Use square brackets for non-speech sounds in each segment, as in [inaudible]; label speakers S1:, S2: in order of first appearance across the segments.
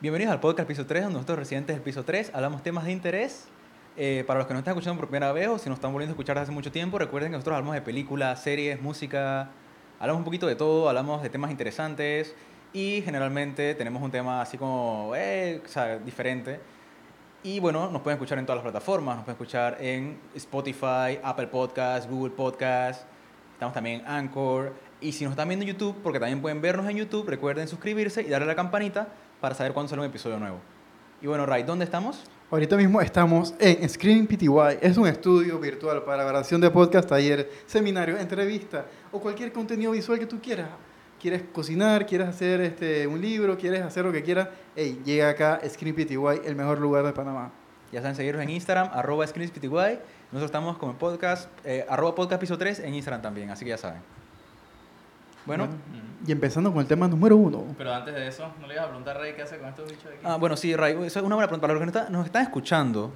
S1: Bienvenidos al podcast Piso 3, donde nosotros residentes del Piso 3 hablamos temas de interés. Eh, para los que no están escuchando por primera vez o si nos están volviendo a escuchar desde hace mucho tiempo, recuerden que nosotros hablamos de películas, series, música, hablamos un poquito de todo, hablamos de temas interesantes y generalmente tenemos un tema así como eh, o sea, diferente. Y bueno, nos pueden escuchar en todas las plataformas, nos pueden escuchar en Spotify, Apple Podcasts, Google Podcasts, estamos también en Anchor. Y si nos están viendo en YouTube, porque también pueden vernos en YouTube, recuerden suscribirse y darle a la campanita para saber cuándo sale un episodio nuevo. Y bueno, Ray, ¿dónde estamos?
S2: Ahorita mismo estamos en Screen PTY. Es un estudio virtual para grabación de podcast, taller, seminario, entrevista o cualquier contenido visual que tú quieras. Quieres cocinar, quieres hacer este, un libro, quieres hacer lo que quieras. Hey, llega acá Screen PTY, el mejor lugar de Panamá.
S1: Ya saben, seguirnos en Instagram, arroba ScreenPTY. Nosotros estamos como en podcast, eh, arroba podcast piso 3 en Instagram también, así que ya saben. Bueno,
S2: Y empezando con el tema número uno.
S3: Mm. Pero antes de eso, ¿no le ibas a preguntar a Rey qué hace con estos bichos de aquí?
S1: ah, bueno sí, Ray, eso es una buena pregunta. Para los que nos está- nos están escuchando,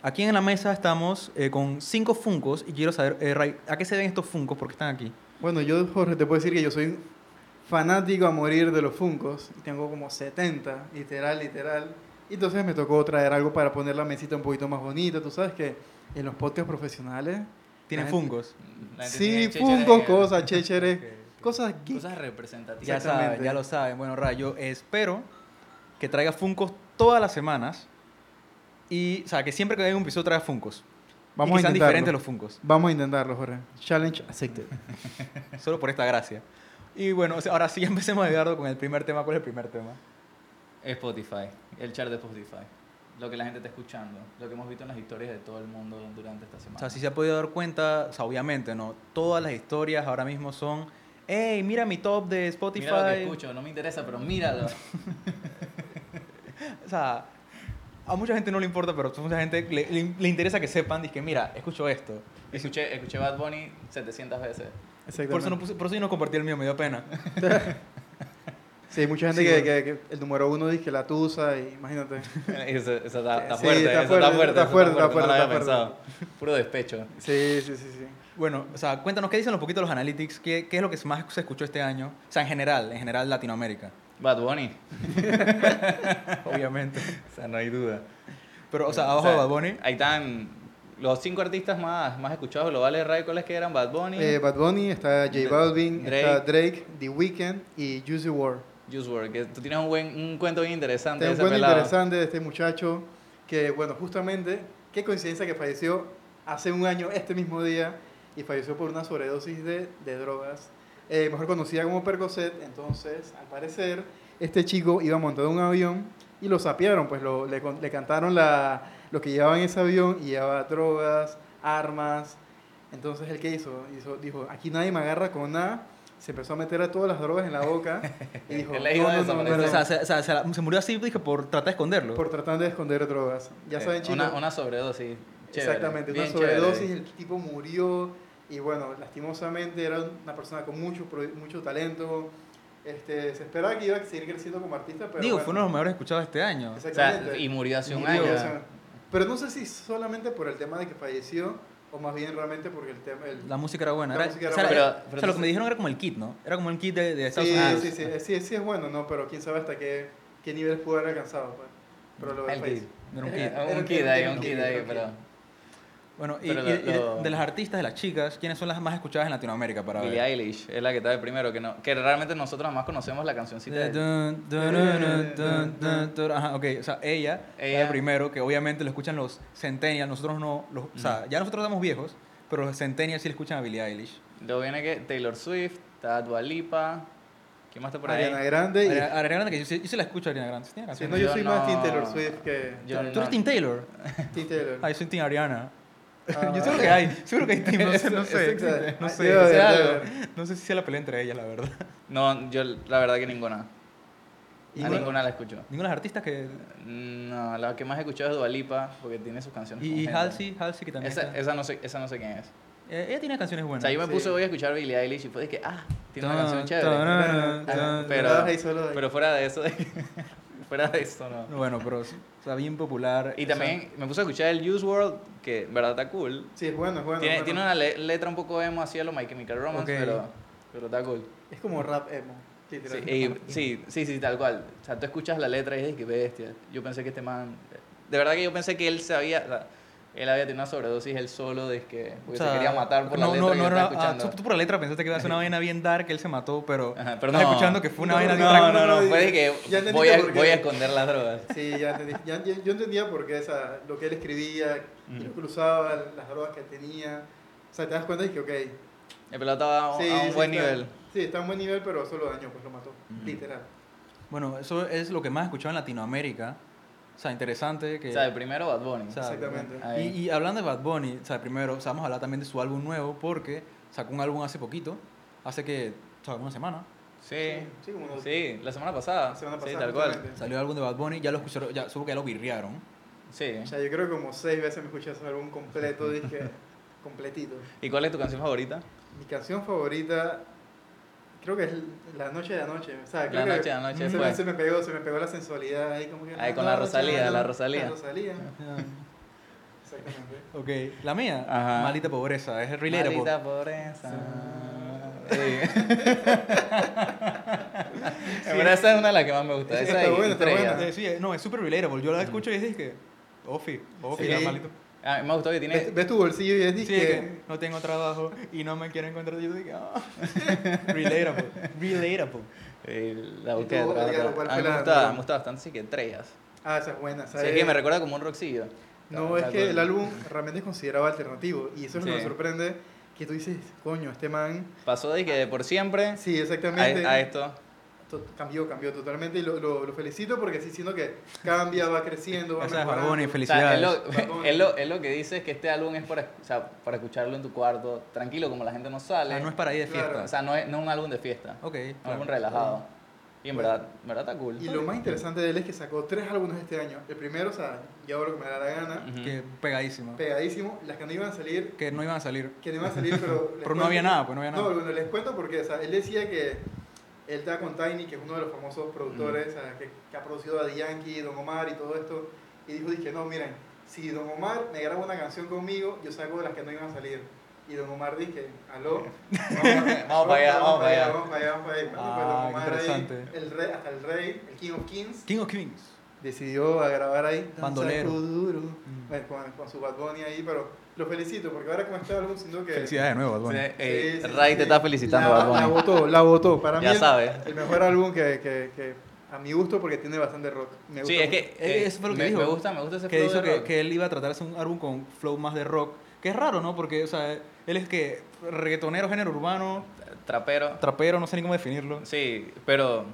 S1: aquí en la mesa estamos eh, con cinco funcos y quiero saber, eh, Ray, ¿a qué se ven estos funcos? ¿Por qué están aquí?
S2: Bueno, yo, Jorge, te puedo decir que yo soy un fanático a morir de los Funcos. Tengo como 70, literal, literal. Y entonces me tocó traer algo para poner la mesita un poquito más bonita. Tú sabes que en los podcasts profesionales...
S1: ¿Tienen
S2: la gente-
S1: funcos?
S3: La gente
S2: Sí,
S3: tiene chécheres,
S2: Funko, cosas, chécheres,
S3: ok.
S2: cosas geek.
S3: Cosas representativas.
S1: Ya
S2: Exactamente.
S1: saben, ya lo saben. Bueno, Ray, yo espero que traiga funcos todas las semanas y, o sea, que siempre que haya un episodio traiga funcos. y
S2: Vamos
S1: que
S2: a
S1: sean diferentes
S2: intentarlo.
S1: los funcos.
S2: Vamos a intentarlo, Jorge. Challenge accepted.
S1: Solo por esta gracia. Y bueno, o sea, ahora sí [laughs] empecemos, Eduardo, con el primer tema. ¿Cuál es el primer tema?
S3: Spotify, el chart de Spotify. Lo que la gente está escuchando, lo que hemos visto en las historias de todo el mundo durante esta semana.
S1: O sea, si se ha podido dar cuenta, o sea, obviamente, ¿no? Todas las historias ahora mismo son, hey, mira mi top de Spotify.
S3: Mira lo que escucho, no me interesa, pero míralo.
S1: O sea, a mucha gente no le importa, pero a mucha gente le, le- le interesa que sepan, dice, mira, escucho esto.
S3: escuché, escuché Bad Bunny 700 veces.
S2: Exactamente.
S1: Por eso, no puse- por eso yo no compartí el mío, me dio pena.
S2: [laughs] Sí, hay mucha gente
S1: Sí,
S2: que,
S1: bueno.
S2: que- que el número uno dice que la tusa, y imagínate.
S3: [laughs]
S1: [laughs]
S3: Eso, eso está, está
S2: Sí,
S3: fuerte,
S2: está
S3: eso está
S2: fuerte,
S3: fuerte,
S2: está
S3: eso
S2: fuerte, está
S3: no lo había
S2: fuerte, está
S3: pensado. Puro despecho.
S2: Sí, sí, sí, sí.
S1: Bueno, o sea, cuéntanos, ¿qué dicen un poquito los analytics? ¿Qué, ¿Qué es lo que más se escuchó este año? O sea, en general, en general
S2: [laughs]
S1: Latinoamérica,
S3: Bad Bunny,
S1: obviamente.
S3: o sea, no hay duda.
S1: Pero, o sea, abajo de Bad Bunny.
S3: Ahí están los cinco artistas más, más escuchados globales, Ray, ¿cuáles que eran? Bad Bunny,
S2: Eh, Bad Bunny, está J Balvin,
S3: Drake.
S2: está Drake, The Weeknd y Juicy WRLD.
S3: Juice WRLD, que tú tienes un, buen, un cuento bien interesante.
S2: Este
S3: de
S2: es
S3: ese
S2: un cuento
S3: pelado.
S2: interesante de este muchacho que, bueno, justamente, qué coincidencia que falleció hace un año, este mismo día, y falleció por una sobredosis de, de drogas, eh, mejor conocida como Percocet. Entonces, al parecer, este chico iba montado en un avión y lo sapearon, pues lo- le, con- le cantaron la, lo que llevaba en ese avión y llevaba drogas, armas. Entonces, ¿el qué hizo? hizo? Dijo, aquí nadie me agarra con nada. Se empezó a meter a todas las drogas en la boca y dijo,
S3: Él la iba a desaparecer.
S1: Pero, o sea, se, o sea, se la- se murió así dije, por tratar de esconderlo.
S2: por tratar de esconder drogas. Ya
S3: Eh,
S2: saben, chicos.
S3: Una, una sobredosis. chévere,
S2: exactamente, una
S3: bien
S2: sobredosis,
S3: chévere.
S2: el tipo murió y bueno, lastimosamente era una persona con mucho, pro- mucho talento. Este, se esperaba que iba a seguir creciendo como artista, pero
S1: Digo,
S2: bueno,
S1: fue uno de los mejores escuchados este año.
S3: O sea,
S2: exactamente,
S3: y murió hace un
S2: murió,
S3: año.
S2: o sea, pero no sé si solamente por el tema de que falleció o más bien realmente porque el tema el-
S1: La música era buena.
S2: La
S1: Era-
S2: música era
S1: o sea,
S3: buena.
S1: era-
S3: Pero-
S1: o
S3: pero
S1: sea, lo que me
S3: entonces-
S1: dijeron era como el kit, ¿no? Era como el kit de, de Estados
S2: sí,
S1: Unidos.
S2: sí, sí, sí, sí es bueno, no, pero quién sabe hasta qué, qué niveles pudo haber alcanzado, pues. Pero lo del
S3: El
S2: país.
S3: kid.
S1: No era un
S3: Eh,
S1: kid.
S2: Era
S3: un
S2: un
S3: kid
S2: kid,
S3: ahí,
S2: era
S3: un
S2: un
S3: kid
S2: kid, era
S3: ahí,
S2: un
S3: pero.
S2: kid.
S1: Bueno, y,
S3: Pero
S1: y- y de-
S3: lo- lo-
S1: de las artistas, de las chicas, ¿quiénes son las más escuchadas en Latinoamérica para
S3: Billie
S1: ver?
S3: Eilish es la que está de primero, que, no, que realmente nosotros más conocemos la cancioncita.
S1: De-
S3: de-
S1: dun,
S3: Eh,
S1: dun, dun, dun, dun, dun, dun. Ajá, ok, o sea, ella,
S3: Ella.
S1: ella primero, que obviamente lo escuchan los centennials, nosotros no, los, o
S3: Mm.
S1: sea, ya nosotros estamos viejos, pero los centennials sí le escuchan a Billie Eilish.
S3: Luego viene que Taylor Swift, está Dua Lipa. ¿Quién más está por ahí?
S2: Ariana Grande y
S1: Ari- Ariana Grande, que yo, sí- yo sí la escucho a Ariana Grande. ¿sí tiene
S2: Sí,
S1: canciones?
S2: no, yo,
S3: Yo
S2: soy más
S3: no.
S2: Team Taylor Swift
S3: [laughs]
S2: que
S3: Yo
S1: ¿Tú eres
S3: no.
S1: Tim Taylor?
S2: Team Taylor.
S1: Ah, yo soy Tim Ariana.
S2: Ah,
S1: yo seguro que hay, seguro que hay
S2: [laughs]
S1: Tim,
S3: [laughs]
S1: no sé, no
S2: Ese
S1: sé,
S2: existe.
S1: no
S2: Ah,
S1: sé,
S2: debe
S1: o sea,
S2: haber, debe
S1: algo. no sé si sea la pelea entre ellas, la verdad. [laughs]
S3: No, yo la verdad que ninguna. A
S2: Ninguna.
S3: ninguna la escucho.
S1: Ninguna de las artistas que...
S3: No, la que más he escuchado es Dua Lipa, porque tiene sus canciones. con
S1: Y, y
S3: gente.
S1: Halsey, Halsey que también
S3: Esa,
S1: está.
S3: esa, no sé, esa no sé quién es.
S1: Eh, ella tiene canciones
S3: o
S1: buenas.
S3: sea, yo me
S2: sí.
S3: puse voy a escuchar Billie Eilish y fue de que, ah, tiene una
S1: Tan,
S3: canción chévere.
S1: tararán,
S2: Ah,
S1: tan,
S3: pero-
S2: estabas ahí solo ahí.
S3: Pero fuera de eso, [laughs] fuera de eso, no.
S1: Bueno, pero sí, o sea, bien popular.
S3: Y
S1: o sea,
S3: también me puse a escuchar el Use World, que en verdad está cool.
S2: sí, es bueno, es bueno.
S3: tiene,
S2: es bueno.
S3: tiene una le- letra un poco emo así a lo My Chemical Romance,
S1: Ok.
S3: pero, pero está cool.
S2: Es como rap emo.
S3: Sí,
S2: Literal.
S3: ey, sí, sí, sí, tal cual. O sea, tú escuchas la letra y dices que bestia. Yo pensé que este man. De verdad que yo pensé que él sabía. o sea, él había tenido una sobredosis él solo, de que porque se quería matar por la
S1: no,
S3: letra
S1: no,
S3: que
S1: no
S3: estaba
S1: era, ah,
S3: escuchando.
S1: tú, tú por la letra pensaste que iba a ser una vaina bien dark, que él se mató, pero,
S3: Ajá, pero
S1: estás
S3: no.
S1: escuchando que fue una
S2: No,
S1: vaina de
S2: no,
S1: otra
S3: no,
S1: cosa.
S3: no, no,
S2: no,
S3: fue de
S2: ya
S3: que
S2: entendiste
S3: voy a,
S2: por qué.
S3: voy a esconder las drogas.
S2: Sí, ya entendí. Ya, ya- yo entendía por qué, o sea, lo que él escribía,
S3: Mm.
S2: quién cruzaba, las drogas que tenía. O sea, te das cuenta de que, ok.
S3: El pelota va a,
S2: sí,
S3: a un
S2: sí,
S3: buen
S2: está-
S3: nivel. Mm.
S2: Sí, está a un buen nivel, pero eso lo dañó, pues lo mató. Literal.
S1: Bueno, eso es lo que más he escuchado en Latinoamérica. O sea, interesante que...
S3: O sea, el primero Bad Bunny.
S1: o sea,
S2: Exactamente.
S1: Y, y hablando de Bad Bunny, o sea, primero, o sea, vamos a hablar también de su álbum nuevo, porque sacó un álbum hace poquito, hace que, o sea, una semana,
S3: sí,
S2: Sí, como no-
S3: sí, la semana pasada.
S2: La semana
S3: sí,
S2: pasada,
S3: tal cual.
S2: justamente.
S1: salió el álbum de Bad Bunny, ya lo escucharon, ya supo que ya lo virrearon.
S3: Sí.
S2: O sea, yo creo que como seis veces me escuché ese álbum completo, dije, [laughs] completito.
S3: ¿Y cuál es tu canción favorita?
S2: Mi canción favorita, creo que es La Noche de la Noche. O sea,
S3: La
S2: creo
S3: noche,
S2: que
S3: la noche
S2: se,
S3: fue.
S2: me, se me pegó, se me pegó la sensualidad ahí como que...
S3: Ahí con la
S2: noche,
S3: Rosalía, la
S2: no,
S3: Rosalía.
S2: La Rosalía,
S1: Ah,
S2: exactamente.
S1: ok, la mía,
S3: Ajá.
S1: Maldita Pobreza, es relatable.
S3: Maldita pobreza. [laughs] Sí. En verdad, esa es una de las que más me gusta.
S2: Esa
S3: Esa
S2: está
S3: y
S2: buena, está
S3: Estrella.
S2: buena.
S1: Eh, sí, eh, no, es súper relatable. Yo la escucho y dije que, ofi, ofi,
S2: Sí.
S1: la maldita.
S3: A mí Ah, me gustó que tiene.
S2: Ves, ves tu bolsillo y es
S1: Sí, es
S2: disque...
S1: que no tengo trabajo y no me quieren encontrar. Yo dije, ah,
S2: [laughs]
S1: relatable, relatable.
S3: eh, la
S2: ¿Y
S3: búsqueda de
S2: tú,
S3: trabajo.
S2: Edgar, cuál
S3: A mí
S2: fue
S3: me
S2: la-
S3: gusta,
S2: la-
S3: me gusta bastante, sí, que Estrellas.
S2: Ah, esa es buena,
S3: Sí,
S2: ¿sabes?
S3: es que me recuerda como un rockcillo.
S2: No, es que el álbum realmente es considerado alternativo y eso es lo que me
S3: Sí.
S2: sorprende, que tú dices, coño, este man...
S3: Pasó de que por siempre
S2: Sí,
S3: a,
S2: exactamente.
S3: a esto.
S2: To- Cambió, cambió totalmente y lo, lo, lo felicito porque sí siento que cambia, va creciendo, va
S1: Gracias a Bad
S2: mejorando.
S1: Bunny,
S3: O sea,
S1: felicidades.
S3: él, lo,
S2: [laughs] Bad Bunny.
S3: él lo- él lo que dice es que este álbum es para, o sea, para escucharlo en tu cuarto, tranquilo, como la gente no sale.
S1: Ah, no es para ir de
S2: Claro.
S1: fiesta.
S3: O sea, no es, no es un álbum de fiesta.
S1: Ok.
S3: Un álbum
S1: claro.
S3: relajado. Y en verdad, en verdad está cool.
S2: Y lo más interesante de él es que sacó tres álbumes este año. El primero, o sea, yo hago lo que me da la gana,
S3: Ujú.
S1: Mm. Que pegadísimo.
S2: pegadísimo. Las que no iban a salir,
S1: que no iban a salir.
S2: que no iban a salir, pero. les
S1: Pero no
S2: cuento-
S1: había nada, pues no había nada.
S2: No, bueno, les cuento porque, o sea, él decía que él está con Tiny, que es uno de los famosos productores, o sea, que, que ha producido a The Yankee, Don Omar y todo esto. Y dijo, dije, no, miren, si Don Omar me graba una canción conmigo, yo saco de las que no iban a salir. Y Don Omar dije, aló,
S3: Vamos para allá, vamos para allá.
S2: vamos para allá, vamos para allá.
S1: Ah,
S2: Don Omar ahí,
S1: interesante.
S2: el rey, hasta el rey, el King of Kings.
S1: King of Kings.
S2: decidió a grabar ahí Danza
S1: Bandolero.
S2: con duro
S1: Mm.
S2: Bueno, con, con su Bad Bunny ahí pero lo felicito porque ahora como está álbum siento que
S1: Felicidades de nuevo, Bad
S3: Sí,
S1: Bunny.
S3: ey,
S2: Sí, sí,
S3: eh, Ray
S2: sí.
S3: te está felicitando,
S2: la,
S3: Bad
S2: la
S3: Bunny.
S2: votó la votó para
S3: Ya
S2: mí el-
S3: sabes.
S2: el, mejor álbum que, que, que a mi gusto porque tiene bastante rock me gusta
S3: Sí, es que
S2: mucho.
S1: Eh, eso fue lo que
S3: me,
S1: dijo.
S3: me gusta, me gusta ese
S1: Que
S3: flow
S1: dijo
S3: de
S1: que,
S3: rock.
S1: que él iba a tratar de hacer un álbum con flow más de rock. Que es raro, ¿no? Porque, o sea, él es que reggaetonero, género urbano,
S3: trapero.
S1: trapero, no sé ni cómo definirlo.
S3: Sí, pero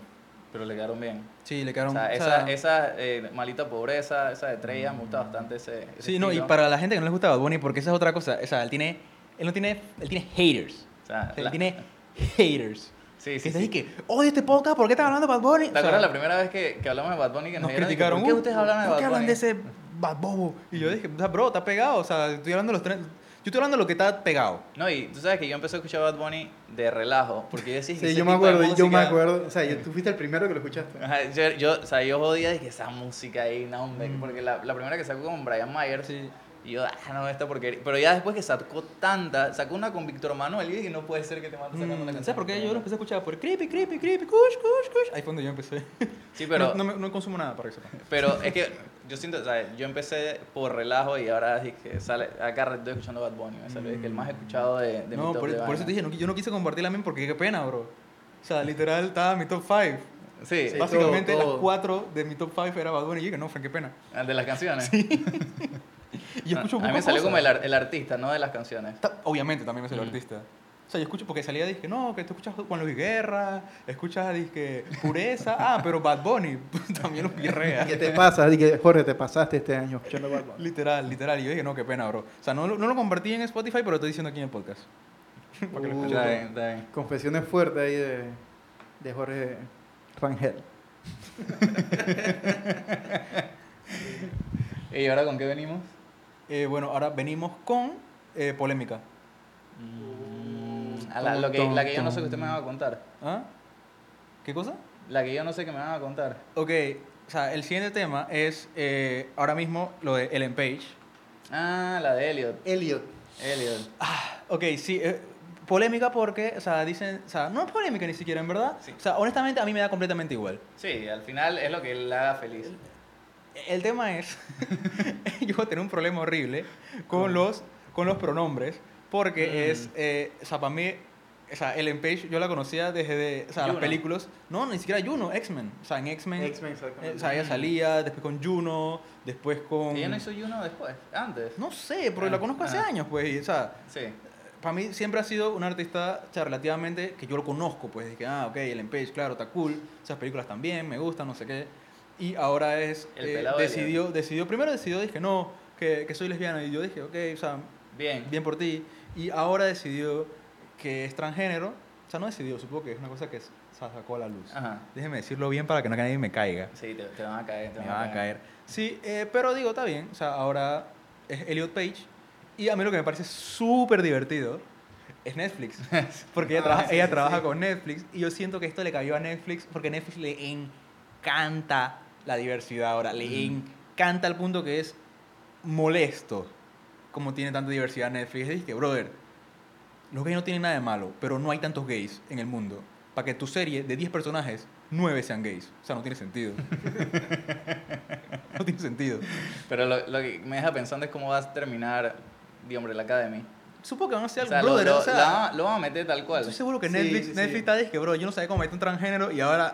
S3: pero le quedaron bien.
S1: Sí, le
S3: O
S1: quedaron.
S3: sea,
S1: o
S3: esa,
S1: sea,
S3: esa eh, malita pobreza, esa de Estrella, me gusta bastante ese. ese
S1: Mm. sí, no, y
S3: estilo.
S1: para la gente que no le gusta Bad Bunny, porque esa es otra cosa. O sea, él tiene. Él no tiene. Él tiene haters.
S3: O sea,
S1: O sea, él
S3: la-
S1: tiene haters.
S3: Sí,
S1: que
S3: sí.
S1: te
S3: sí.
S1: que, oye este podcast, ¿por qué estás hablando de Bad Bunny? O
S3: ¿Te
S1: sea,
S3: acuerdas la primera vez que, que hablamos de Bad Bunny? Que
S1: nos
S3: dijeron,
S1: criticaron.
S3: ¿Por qué
S1: "Uh,
S3: ustedes hablan de
S1: ¿por
S3: Bad
S1: qué
S3: Bunny?
S1: hablan de ese Bad Bobo? Y yo dije, o sea, bro, está pegado. O sea, estoy hablando de los tres. Yo estoy hablando de lo que está pegado.
S3: No, y tú sabes que yo empecé a escuchar Bad Bunny de relajo, porque yo decía que
S2: sí
S3: ese
S2: yo me
S3: tipo de
S2: acuerdo yo me
S3: música-
S2: acuerdo o sea yo- tú fuiste el primero que lo escuchaste
S3: [laughs] Ajá, yo, yo- o sea, yo jodía de que esa música ahí, no, hombre,
S1: Mm.
S3: porque la, la primera que sacó con Brian Myers,
S1: Sí.
S3: y yo, ah, no, esta porquería. Pero ya después que sacó tanta, sacó una con Víctor Manuel, y yo dije, no puede ser que te mande sacando una
S1: Mm,
S3: canción.
S1: ¿Sabes por
S3: con
S1: qué? Yo lo
S3: Víctor Manuel.
S1: empecé a escuchar por creepy, creepy, creepy, kush, kush, kush. Ahí fue donde yo empecé.
S3: Sí,
S1: [laughs]
S3: pero,
S1: No, no, me- no consumo nada para que sepan.
S3: pero es que yo siento, o sea, yo empecé por relajo y ahora es que sale, acá estoy escuchando Bad Bunny, me salió es que el más escuchado de, de
S1: Mm.
S3: mi
S1: No,
S3: top
S1: por,
S3: de
S1: por eso
S3: vaina.
S1: te dije, no, yo no quise compartir la mía porque qué pena, bro. O sea, literal, estaba en mi top 5.
S3: Sí,
S2: Sí.
S1: Básicamente,
S2: todo, todo.
S1: las cuatro de mi top 5 era Bad Bunny. Y yo dije, no, Frank, qué pena.
S3: el Ah, de las canciones.
S1: Y yo escucho
S3: Ah, a mí me
S1: poca
S3: salió
S1: cosa.
S3: como el, ar- el artista, no de las canciones.
S1: Ta- Obviamente también me salió
S3: Mm.
S1: artista. O sea, yo escucho, porque salía dije, no, que tú escuchas Juan Luis Guerra, escuchas dizque Pureza, [laughs] ah, pero Bad Bunny [laughs] también lo pirrea.
S3: [laughs]
S2: ¿qué te pasa? dije Jorge te pasaste este año escuchando Bad Bunny
S1: literal, literal. Y yo dije, no, qué pena, bro. O sea, no, lo- no lo compartí en Spotify, pero lo estoy diciendo aquí en el podcast. Para que lo
S2: Uh.
S1: escuchen.
S3: Está bien, está bien.
S2: confesiones fuertes ahí de, de Jorge Rangel
S3: ¿Y ahora con qué venimos?
S1: Eh, bueno, ahora venimos con eh, polémica.
S3: Mm, A la, lo que, la que yo no sé que usted me va a contar.
S1: ¿Ah? ¿Qué cosa?
S3: La que yo no sé que me van a contar.
S1: Ok, o sea, el siguiente tema es eh, ahora mismo lo de Ellen Page.
S3: Ah, la de Elliot.
S2: Elliot
S3: Elliot.
S1: Ok, sí. eh, polémica porque, o sea, dicen, o sea, no es polémica ni siquiera, en verdad.
S3: Sí.
S1: O sea, honestamente a mí me da completamente igual.
S3: Sí, al final es lo que le haga feliz.
S1: El tema es, [laughs] yo voy a tener un problema horrible con los, con los pronombres, porque
S3: Mm.
S1: es, eh, o sea, para mí, o sea, Ellen Page yo la conocía desde, de- o sea, las
S3: Juno.
S1: películas, no, ni siquiera Juno, X-Men, o sea, en X-Men,
S2: X-Men,
S1: eh,
S2: exactamente.
S1: o sea, ella salía, después con Juno, después con...
S3: Ella no hizo Juno después, antes.
S1: No sé, porque la
S3: Ah,
S1: conozco hace
S3: ah.
S1: años, pues, y, o sea,
S3: Sí.
S1: para mí siempre ha sido un artista o sea, relativamente que yo lo conozco, pues dije, ah, ok, Ellen Page, claro, está cool, esas películas también, me gustan, no sé qué. Y ahora es, eh,
S3: El pelado de
S1: decidió, decidió, primero decidió, dije, no, que, que soy lesbiana, y yo dije, ok, o sea,
S3: Bien.
S1: bien por ti. Y ahora decidió que es transgénero, o sea, no decidió, supongo que es una cosa que s- o sea, sacó a la luz.
S3: Ajá.
S1: Déjeme decirlo bien para que no nadie me caiga.
S3: Sí, te, te van a caer. Te
S1: Me van a caer. Sí, eh, pero digo, está bien. O sea, ahora es Elliot Page. Y a mí lo que me parece súper divertido es Netflix.
S2: [laughs]
S1: Porque ella,
S2: Ah,
S1: trabaja,
S2: sí,
S1: ella
S2: sí,
S1: trabaja
S2: sí.
S1: con Netflix. Y yo siento que esto le cayó a Netflix porque Netflix le encanta la diversidad ahora. Le
S3: Mm.
S1: encanta al punto que es molesto como tiene tanta diversidad Netflix. Es que, brother, los gays no tienen nada de malo, pero no hay tantos gays en el mundo. Para que tu serie de 10 personajes, 9 sean gays. O sea, no tiene sentido. [laughs] no tiene sentido.
S3: Pero lo, lo que me deja pensando es cómo vas a terminar The Umbrella Academy.
S1: Supongo que van a ser algo,
S3: O sea, lo,
S1: brother.
S3: lo-
S1: o sea,
S3: la van a- lo van a meter tal cual.
S1: estoy seguro que
S2: Sí,
S1: Netflix,
S2: sí, sí.
S1: Netflix está diciendo que, bro, yo no sabía cómo meter un transgénero y ahora,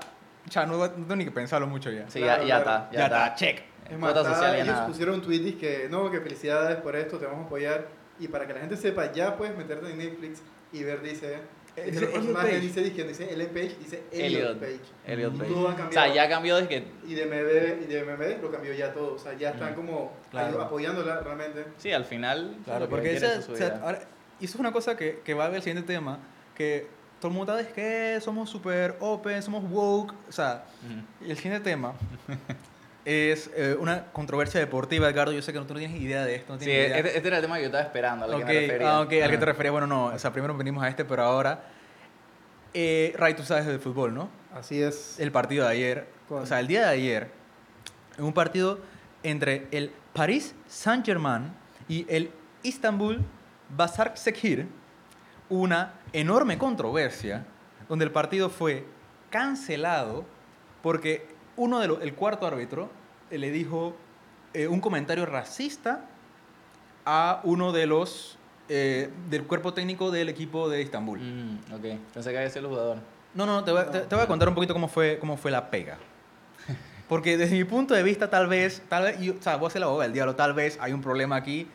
S1: ya no, no tengo ni que pensarlo mucho ya.
S3: Sí,
S2: Claro,
S3: ya, ya
S2: claro.
S3: está. Ya, está.
S1: check.
S2: Es más,
S3: Cuota
S2: nada,
S3: social ya
S2: ellos
S3: nada.
S2: pusieron un tweet dice que no, que felicidades por esto, te vamos a apoyar. Y para que la gente sepa, ya puedes meterte en Netflix y ver, dice.
S1: Eh, dice
S2: dice los
S1: Elliot
S2: personajes,
S1: Page.
S2: dice, dice, dice Ellen Page, dice
S3: Elliot.
S2: Elliot, Page.
S3: Elliot
S1: Mm.
S3: Page.
S2: Todo ha
S3: O sea,
S2: cambiado.
S3: ya cambió desde que.
S2: Y de MB, y de MB lo cambió ya todo. O sea, ya están
S3: Mm.
S2: como
S1: Claro.
S2: ayu- apoyándola realmente.
S3: Sí, al final. eso es lo
S1: Claro,
S3: que
S1: porque
S3: quiere
S1: esa,
S3: su
S1: o sea,
S3: vida.
S1: ahora- y eso es una cosa que, que va al siguiente tema, que todo el mundo está, es que "Eh, somos súper open, somos woke, o sea,
S3: Ujú.
S1: y el siguiente
S3: [laughs]
S1: tema es eh, una controversia deportiva, Edgardo, yo sé que no, tú no tienes idea de esto, no
S3: Sí,
S1: tienes idea.
S3: este, este era el tema que yo estaba esperando, al que me
S1: Ok,
S3: refería.
S1: ah, ok, al que
S3: Ajá.
S1: te referías, bueno, no, o sea, primero venimos a este, pero ahora, eh, Ray, tú sabes del fútbol, ¿no?
S2: Así es.
S1: El partido de ayer,
S2: ¿Cuál?
S1: o sea, el día de ayer, un partido entre el Paris Saint-Germain y el Istanbul Basaksehir, una enorme controversia donde el partido fue cancelado porque uno de los, el cuarto árbitro eh, le dijo eh, un comentario racista a uno de los eh, del cuerpo técnico del equipo de Istanbul.
S3: Mm, ok, pensé que había sido el jugador.
S1: No, no, te voy, a- te- te voy a contar un poquito cómo fue, cómo fue la pega. Porque desde mi punto de vista, tal vez, tal vez, y, o sea, vos se la boba del diablo, tal vez hay un problema aquí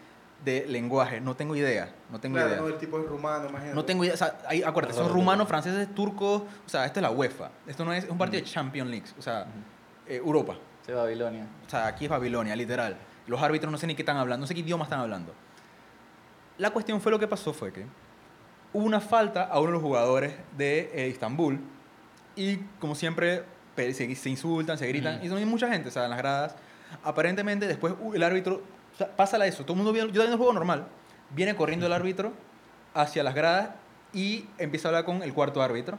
S1: de lenguaje. No tengo idea, no tengo
S2: claro,
S1: idea.
S2: no,
S1: No,
S2: el tipo es rumano, imagínate.
S1: tengo idea, o sea, hay, acuérdate,
S3: No,
S1: son
S3: no, no,
S1: rumanos,
S3: no.
S1: franceses, turcos, o sea, esto es la UEFA. Esto no es, es un partido de Champions League, o sea, eh, Europa.
S3: Sí, Babilonia.
S1: O sea, aquí es Babilonia, literal. Los árbitros no sé ni qué están hablando, no sé qué idioma están hablando. La cuestión fue lo que pasó fue que hubo una falta a uno de los jugadores de eh, Istambul y como siempre pe- se, se insultan, se gritan
S3: Ujú.
S1: y son mucha gente, o sea, en las gradas. Aparentemente después uh, el árbitro o sea, pasa la de eso, todo el mundo viene, yo también el juego normal, viene corriendo el árbitro hacia las gradas y empieza a hablar con el cuarto árbitro.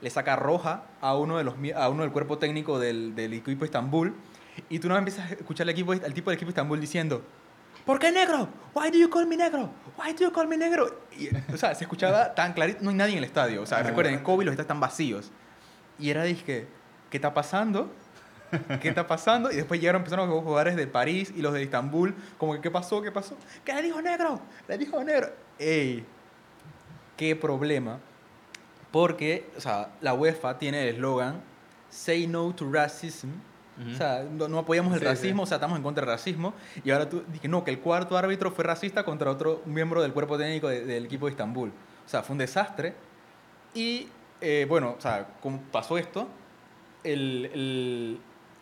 S1: Le saca roja a uno, de los, mie- a uno del cuerpo técnico del, del equipo Estambul. Y tú no empiezas a escuchar al, equipo, al tipo del equipo Estambul diciendo: ¿Por qué negro? Why do you call me negro? Why do you call me negro? Y, o sea, se escuchaba tan clarito. No hay nadie en el estadio. O sea,
S2: Ah,
S1: recuerden, en
S2: bueno.
S1: COVID los estadios están vacíos. Y era dije: ¿Qué está pasando? ¿Qué está pasando? Y después llegaron, empezaron los jugadores de París y los de Estambul. Como que, ¿qué pasó? ¿Qué pasó? ¿Qué le dijo negro? Le dijo negro. ¡Ey! ¿Qué problema? Porque, o sea, la UEFA tiene el eslogan Say no to racism.
S3: Ujú.
S1: O sea, no, no apoyamos el
S3: Sí,
S1: racismo, o sea, estamos en contra del racismo. Y ahora tú dije, no, que el cuarto árbitro fue racista contra otro miembro del cuerpo técnico de- del equipo de Estambul. O sea, fue un desastre. Y eh, bueno, o sea, como pasó esto, el, el-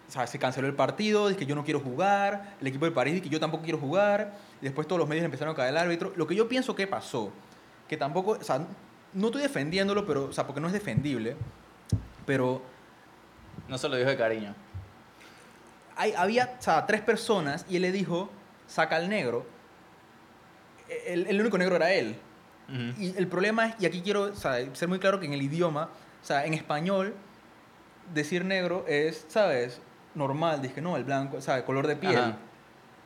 S1: o sea, se canceló el partido, dije yo no quiero jugar, el equipo de París dije yo tampoco quiero jugar, y después todos los medios empezaron a caer al árbitro. Lo que yo pienso que pasó, que tampoco, o sea, no estoy defendiéndolo, pero, o sea, porque no es defendible, pero
S3: No se lo dijo de cariño.
S1: hay- había o sea, tres personas y él le dijo, saca al negro. El, el único negro era él.
S3: Ujú.
S1: Y el problema es, y aquí quiero o sea, ser muy claro que en el idioma, o sea, en español, decir negro es, ¿sabes? Normal, dije, no, el blanco, o sea, el color de piel.
S3: Ajá.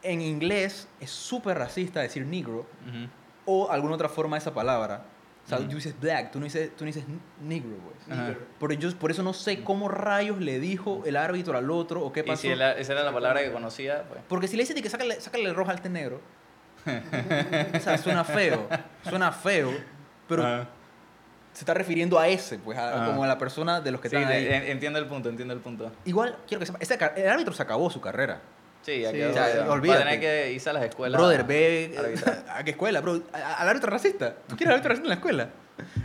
S1: En inglés es súper racista decir negro
S3: Ujú.
S1: o alguna otra forma de esa palabra. O sea,
S3: Ujú.
S1: tú dices black, tú no dices, tú no dices n- negro, pues.
S3: Ajá.
S2: Nigger.
S1: Por, yo, por eso no sé cómo rayos le dijo el árbitro al otro o qué
S3: Y
S1: pasó.
S3: si era- esa era la palabra que conocía, pues.
S1: Porque si le dices de que sácale, sácale roja al té negro, o sea, suena feo, suena feo, pero
S3: Ajá.
S1: se está refiriendo a ese, pues, a-
S3: Ah.
S1: como a la persona de los que
S3: Sí,
S1: están ahí.
S3: en- entiendo el punto, entiendo el punto.
S1: Igual, quiero que sepa, ese ca- el árbitro se acabó su carrera.
S3: Sí, ya
S2: Sí,
S3: quedó.
S2: o sea,
S3: ya.
S1: olvídate.
S3: Va a tener que irse a las escuelas.
S1: Brother, ve
S3: arbitrar.
S1: [laughs] a qué escuela, bro. A- a- Al árbitro racista. ¿Tú quieres árbitro racista en la escuela?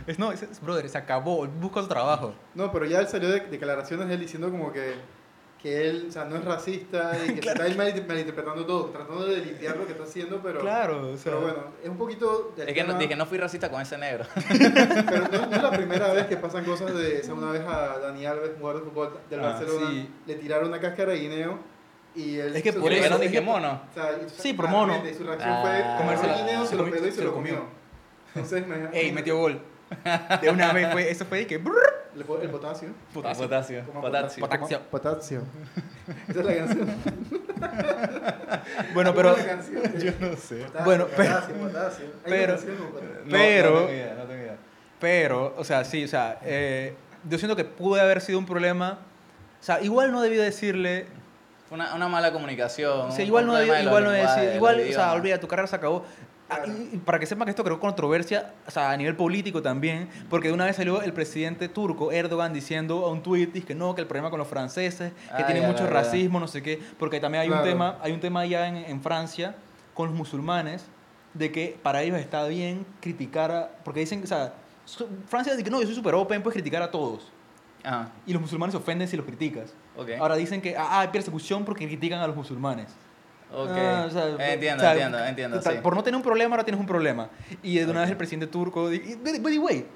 S1: Es, no, es- es, brother, se acabó, busca otro trabajo.
S2: No, pero ya él salió de declaraciones de él diciendo como que, que él, o sea, no es racista y que se está mal- malinterpretando todo, tratando de limpiar lo que está haciendo, pero,
S1: claro, o sea,
S2: pero bueno, es un poquito... del
S3: Es que no,
S2: tema,
S3: dije, no fui racista con ese
S1: [laughs]
S3: negro.
S2: Pero no, no es la primera vez que pasan cosas de esa. Una vez a Dani Alves, jugador de fútbol del
S3: Ah,
S2: Barcelona,
S1: sí.
S2: le tiraron una cáscara de guineo y él...
S1: Es que
S2: se-
S1: por
S3: Yo
S1: eso
S3: no dije
S1: dije-
S3: mono.
S2: o sea, y-
S1: Sí, por mono.
S2: Y su reacción
S3: Ah.
S2: fue comerse
S1: Comérsela.
S2: el guineo, se
S1: Se
S2: lo
S1: comi-
S2: peló y se,
S1: se
S2: lo
S1: lo
S2: comió.
S1: comió.
S2: Entonces me...
S1: Ey, metió gol. De una vez fue, eso fue de que. brrr,
S2: El, po- el potasio.
S1: putazo.
S3: Potasio.
S2: Como
S3: Potasio.
S1: potasio. Potaxio. [laughs]
S2: Potasio. Esa es la canción.
S1: Bueno, pero.
S2: Yo no sé.
S1: Bueno, pero- pero-
S3: No,
S1: Pero-
S3: No, tengo idea, no tengo idea.
S1: Pero, o sea, sí, o sea, eh, yo siento que pudo haber sido un problema. O sea, igual no debí decirle.
S3: Fue Una, una mala comunicación.
S1: O sea,
S3: un-
S1: igual
S3: un
S1: no
S3: problema
S1: debí,
S3: de los
S1: igual no debí
S3: lenguajes,
S1: decir-
S3: de los
S1: Igual, o sea,
S3: idiomas.
S1: olvida, tu carrera se acabó. Ah,
S2: Claro.
S1: y- y para que sepan que esto creó controversia, o sea, a nivel político también, porque de una vez salió el presidente turco Erdogan diciendo a un tweet que no, que el problema con los franceses, que
S3: Ah,
S1: tienen
S3: ya,
S1: mucho
S3: la verdad.
S1: racismo, no sé qué, porque también hay
S2: Claro.
S1: un tema, hay un tema allá en, en Francia con los musulmanes de que para ellos está bien criticar a, porque dicen, o sea, su- Francia dice que no, yo soy super open, puedes criticar a todos.
S3: Ajá,
S1: Y los musulmanes se ofenden si los criticas.
S3: Ah, ok.
S1: Ahora dicen que ah, hay persecución porque critican a los musulmanes.
S3: ok. Eh,
S1: Ah, o sea,
S3: entiendo,
S1: o sea,
S3: entiendo, entiendo,
S1: total,
S3: sí.
S1: Por no tener un problema, ahora tienes un problema. Y de una
S3: Ok.
S1: vez el presidente turco. di- y- By by the way,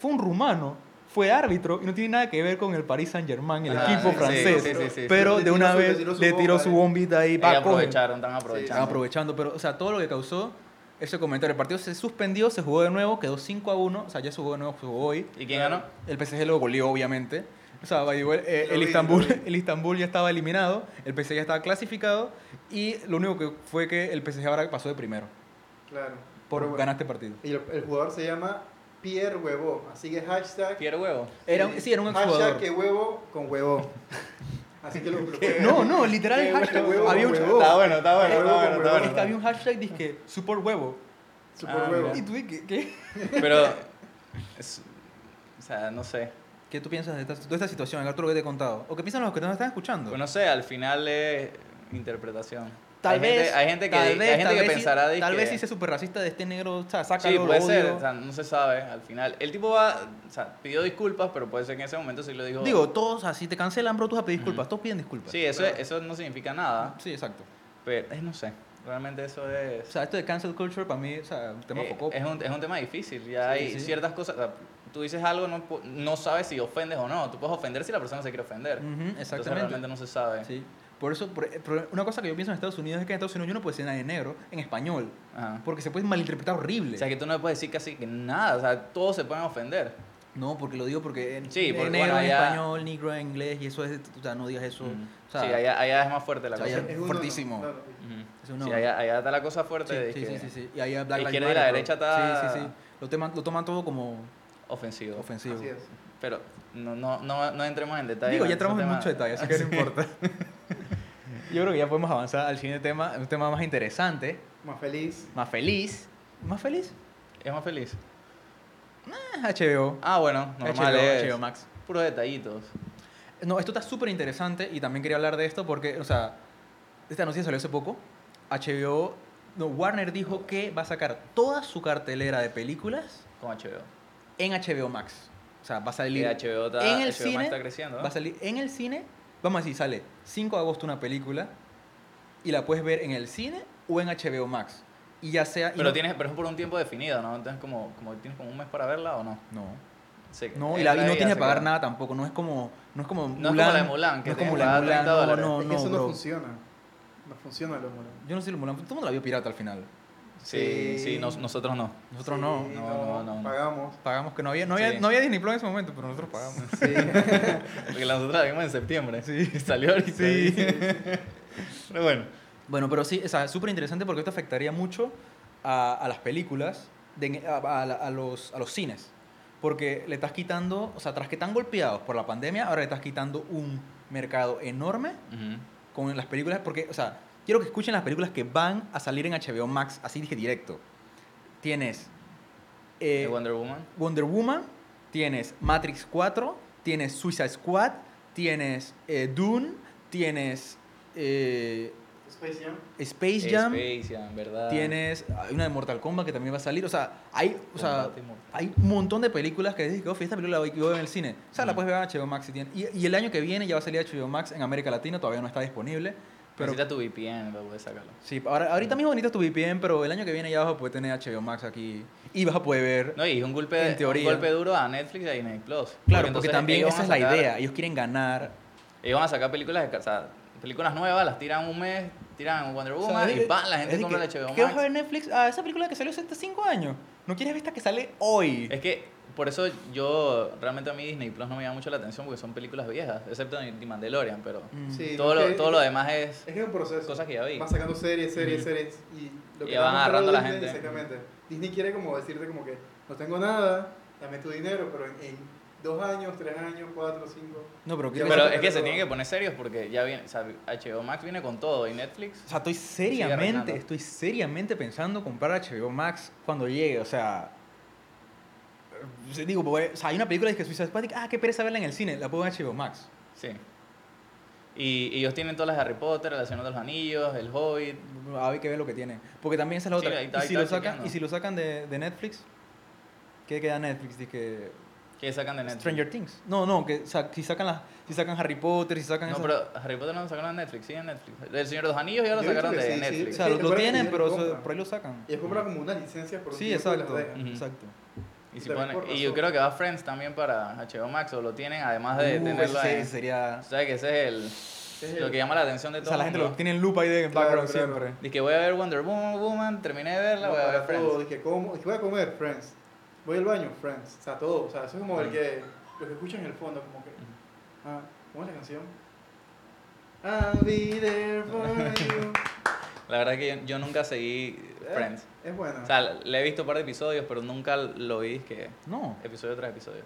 S1: fue un rumano, fue árbitro y no tiene nada que ver con el Paris Saint-Germain, el
S3: Ah,
S1: equipo
S3: sí,
S1: francés.
S3: sí, sí, sí, sí.
S1: pero
S2: Le
S1: de
S2: tiró
S1: una
S2: su- le
S1: vez
S2: tiró su
S1: le tiró
S2: bomba,
S1: su
S2: eh.
S1: bombita ahí.
S3: Ahí
S1: pa, coge.
S3: aprovecharon, están
S1: Están
S3: aprovechando.
S1: aprovechando, pero, o sea, todo lo que causó ese comentario. El partido se suspendió, se jugó de nuevo, quedó 5 a 1. O sea, ya se jugó de nuevo, se jugó hoy.
S3: ¿Y quién ganó?
S1: El PSG lo goleó, obviamente. O sea, by the way, eh,
S2: Lo
S1: el,
S2: vi,
S1: Istanbul,
S2: lo vi.
S1: el Istanbul ya estaba eliminado, el PSG ya estaba clasificado y lo único que fue que el PSG ahora pasó de primero
S2: Claro.
S1: por
S2: Pero bueno.
S1: ganar este partido.
S2: Y el, el jugador se llama Pierre Huevo. Así que hashtag.
S3: Pierre Huevo.
S1: Era, un- sí, era un
S2: Hashtag
S1: exjugador.
S2: que huevo
S1: [laughs]
S2: con huevo. Así que lo, lo pueden-
S1: No, no, literal
S2: Que
S1: el hashtag.
S2: huevo con
S1: había, un,
S2: huevo.
S3: Está bueno, está bueno,
S2: Huevo
S3: está
S2: con
S3: bueno, está
S2: huevo.
S1: es que
S3: bueno.
S1: había un hashtag disque, support huevo.
S2: Super
S3: Ah,
S2: huevo.
S3: mira.
S1: ¿Y tú ¿qué, qué?
S3: Pero. es- o sea, no sé.
S1: ¿Qué tú piensas de esta, de esta situación, Edgar, todo lo que te he contado? ¿O qué piensan los que nos están escuchando?
S3: Pues no sé, al final es interpretación.
S1: tal
S3: hay
S1: vez.
S3: Gente, hay gente que,
S1: tal
S3: hay
S1: vez-
S3: gente
S1: tal
S3: que
S1: vez sí-
S3: pensará. de
S1: Tal
S3: que-
S1: vez si se super racista de este negro, o sea, sácalo,
S3: Sí,
S1: lo
S3: puede ser,
S1: odio.
S3: o sea, no se sabe al final. El tipo va, o sea, pidió disculpas, pero puede ser que en ese momento sí lo dijo.
S1: Digo, todos, así te cancelan, bro, tú vas a pedir disculpas.
S3: Ujú.
S1: Todos piden disculpas.
S3: sí, eso,
S2: claro.
S3: eso no significa nada,
S1: Sí, exacto.
S3: pero eh, no sé, realmente eso
S1: O
S3: es...
S1: sea, esto de cancel culture para mí, o sea, un tema
S3: eh,
S1: poco.
S3: es, un, es un tema difícil, ya
S1: Sí,
S3: hay
S1: sí.
S3: ciertas cosas, o sea, tú dices algo, no, pu- no sabes si ofendes o no, tú puedes ofender si la persona se quiere ofender.
S1: Ujú,
S3: Entonces
S1: exactamente.
S3: realmente no se sabe.
S1: Sí. Por eso, por- por- una cosa que yo pienso en Estados Unidos es que en Estados Unidos yo no puedo decir nada en negro, en español,
S3: Ajá.
S1: porque se puede malinterpretar horrible.
S3: O sea, que tú no le puedes decir casi que nada, o sea, todos se pueden ofender.
S1: no, porque lo digo porque en,
S3: Sí, porque,
S1: en negro
S3: bueno,
S1: en
S3: allá-
S1: español, negro en inglés, y eso es, o sea, no digas eso.
S3: Mm.
S1: O sea,
S3: sí, allá, allá es más fuerte la
S1: o sea,
S3: cosa.
S1: allá-
S2: Es uno,
S1: Fuertísimo.
S2: claro.
S3: Ujú.
S1: es una-
S3: Sí, allá, allá está la cosa fuerte
S1: sí,
S3: de
S1: sí,
S3: que
S1: sí, sí, sí. Y allá Black Lives
S3: izquierda y la
S1: Matter,
S3: derecha
S1: bro.
S3: está-
S1: Sí, sí, sí. Lo toman, lo toman todo como
S3: ofensivo.
S1: ofensivo.
S2: Así es.
S3: Pero no, no, no, no entremos en detalle.
S1: Digo,
S3: con
S1: ya
S3: ese
S1: entramos en
S3: tema.
S1: mucho detalle, así que no importa. [laughs] Yo creo que ya podemos avanzar al siguiente tema, un tema más interesante,
S2: Más feliz.
S1: más feliz. ¿Más feliz?
S3: [laughs] Es más feliz.
S1: Ah, HBO.
S3: Ah, bueno, normal
S1: HBO,
S3: es.
S1: HBO Max.
S3: Puros detallitos.
S1: No, esto está súper interesante y también quería hablar de esto porque, o sea, esta noticia salió hace poco. HBO, no, Warner dijo que va a sacar toda su cartelera de películas
S3: Con HBO.
S1: en HBO Max. O sea, va a
S3: Y
S1: salir
S3: HBO está,
S1: en el
S3: HBO
S1: cine.
S3: Max está creciendo. ¿no?
S1: Va a salir en el cine. Vamos a decir, sale 5 de agosto una película y la puedes ver en el cine o en HBO Max. Y ya sea. y
S3: Pero,
S1: no-
S3: tienes, pero es por un tiempo definido, ¿no? Entonces, como, como tienes como un mes para verla o no.
S1: No.
S3: Sí,
S1: No,
S3: es
S1: y, la- y no
S3: vida,
S1: tienes
S3: se
S1: que pagar
S3: queda.
S1: nada tampoco. No es como. No es como
S3: No es como la de Mulan, que
S1: no es como
S3: tienes
S1: la de
S3: que
S1: Mulan.
S3: pagar 30
S1: No,
S3: dólares.
S1: Ah, no,
S2: es
S1: no.
S2: que eso
S1: bro.
S2: no funciona. No funciona lo mono.
S1: Yo no sé el Mulan. Todo el mundo la vio pirata al final.
S3: Sí, sí,
S2: Sí.
S3: nos- nosotros
S1: [laughs]
S3: no.
S1: Nosotros no.
S2: Sí,
S1: no.
S3: no, no, no.
S2: Pagamos.
S1: Pagamos que no había, no, había,
S3: Sí.
S1: no había Disney Plus en ese momento, pero nosotros pagamos.
S2: [laughs] Sí.
S3: Porque la nosotros la vimos en septiembre. Sí. [laughs] Salió ahorita.
S1: Sí. [laughs]
S3: Pero bueno.
S1: Bueno, pero sí, o sea, es súper interesante porque esto afectaría mucho a, a las películas. de- a, a la- a los, a los cines. Porque le estás quitando, o sea, tras que están golpeados por la pandemia, ahora le estás quitando un mercado enorme
S3: Ujú.
S1: con las películas, porque, o sea, quiero que escuchen las películas que van a salir en HBO Max, así dije directo. Tienes eh,
S3: De Wonder Woman.
S1: Wonder Woman, tienes Matrix 4, tienes Suicide Squad, tienes eh, Dune, tienes eh,
S2: Space Jam.
S1: Space Jam,
S3: Eh, Space Jam, ¿verdad?
S1: tienes hay una de Mortal Kombat que también va a salir, o sea, hay, o sea, ah,
S3: Combate Mortal.
S1: hay un montón de películas que dices, "Ofi, esta película la voy yo voy a ver en el cine. O sea, la
S3: Ujú.
S1: puedes ver en HBO Max. si tienes- Y, y el año que viene ya va a salir HBO Max en América Latina, todavía no está disponible. Pero
S3: Necesita tu VPN para poder sacarlo.
S1: Sí, ahora, ahorita mismo necesitas tu VPN, pero el año que viene ya vas a poder tener HBO Max aquí y vas a poder ver.
S3: No, y es un golpe,
S1: En teoría.
S3: un golpe duro a Netflix y a Disney Plus.
S1: claro, porque,
S3: entonces
S1: también
S3: ellos
S1: esa
S3: van
S1: es
S3: a
S1: la
S3: sacar-
S1: idea. Ellos quieren ganar.
S3: Ellos van a sacar películas, de- o sea, películas nuevas, las tiran un mes, tiran Wonder
S1: O sea,
S3: Woman
S1: es
S3: y
S1: de-
S3: ¡pam! La gente
S1: es de
S3: compra
S1: que,
S3: la HBO
S1: ¿Qué vas a
S3: Max.
S1: ver en Netflix? Ah, esa película que salió hace 5 años. No quieres ver esta que sale hoy.
S3: Es que por eso yo, realmente a mí Disney Plus no me llama mucho la atención porque son películas viejas, excepto en The Mandalorian, pero
S1: Mm.
S2: Sí,
S3: todo,
S2: no,
S3: lo,
S2: que-
S3: todo lo demás es...
S2: Es que es un proceso.
S3: Cosas que ya vi.
S2: Vas sacando series, series,
S3: Ujú.
S2: series. Y lo
S3: Y
S2: que
S3: ya
S2: va
S3: van
S2: mostrando
S3: agarrando a la
S2: Disney,
S3: gente.
S2: Exactamente. Disney quiere como decirte como que no tengo nada, dame tu dinero, pero en, en dos años, tres años, cuatro, cinco.
S1: No, pero, ¿qué
S2: Yo
S1: te-
S2: me
S3: Pero
S2: eso
S3: es que
S2: es
S3: se
S2: lo-
S3: tienen que poner serios porque ya viene, o sea, HBO Max viene con todo y Netflix...
S1: O sea, estoy seriamente,
S3: arruinando.
S1: estoy seriamente pensando comprar HBO Max cuando llegue. O sea. eh, Digo, pues, o sea, hay una película que es Suicide Squad. y, Ah, qué pereza verla en el cine. La puedo ver en HBO Max.
S3: Sí. Y y ellos tienen todas las de Harry Potter, la Señor de los Anillos, El Hobbit.
S1: Hay que ver lo que tiene. Porque también esa es la
S3: Sí,
S1: otra.
S3: ahí está-
S1: y,
S3: ahí
S1: si
S3: está
S1: lo sacan,
S3: chequeando.
S1: y si lo sacan de, de Netflix, ¿qué queda Netflix? Dije,
S3: que sacan de Netflix?
S1: Stranger Things. No, no, que sa- si, sacan las si sacan Harry Potter, si sacan.
S3: No,
S1: esas-
S3: pero Harry Potter no lo sacaron de Netflix, sí, en Netflix. El Señor de los Anillos ya lo
S2: Yo he dicho
S3: sacaron
S2: que
S3: de
S2: sí, sí.
S1: o
S3: Netflix.
S1: sea, lo, lo
S2: Sí, recuerda que
S1: tienen,
S2: ya
S1: pero
S2: lo
S1: eso-
S2: compran.
S1: por ahí lo sacan.
S2: Y es comprar como una licencia por un
S1: Sí,
S2: tiempo y las
S1: exacto.
S2: dejan.
S3: Ujú.
S1: Exacto.
S3: Y si
S2: También
S3: ponen-
S2: por
S3: y yo
S2: razón.
S3: creo que va Friends también para HBO Max, o lo tienen además de
S1: Uh,
S3: tenerlo
S1: ese-
S3: en-
S1: ese sería.
S3: ¿Sabes que ese es
S2: Es
S3: el,
S2: el-
S3: lo que llama la atención de
S1: O
S3: todo
S1: sea, la gente lo tiene en loop ahí de
S2: Claro,
S1: background
S2: claro.
S1: siempre.
S3: Dice que voy a ver Wonder Woman, Woman, terminé de verla, voy a ver
S2: para todo,
S3: Friends.
S2: dije, como, dije, voy a comer, Friends. Voy al baño, Friends. O sea, todo. O sea, eso es como el que, lo que escuchan en el fondo, como que. Ah, ¿Cómo es la canción? I'll be there
S3: [laughs]
S2: for you.
S3: La verdad es que yo, yo nunca seguí
S1: Eh.
S3: Friends.
S2: Es, es bueno.
S3: O sea, le he visto un par de episodios, pero nunca lo vi, es que
S1: No.
S3: episodio tras episodio.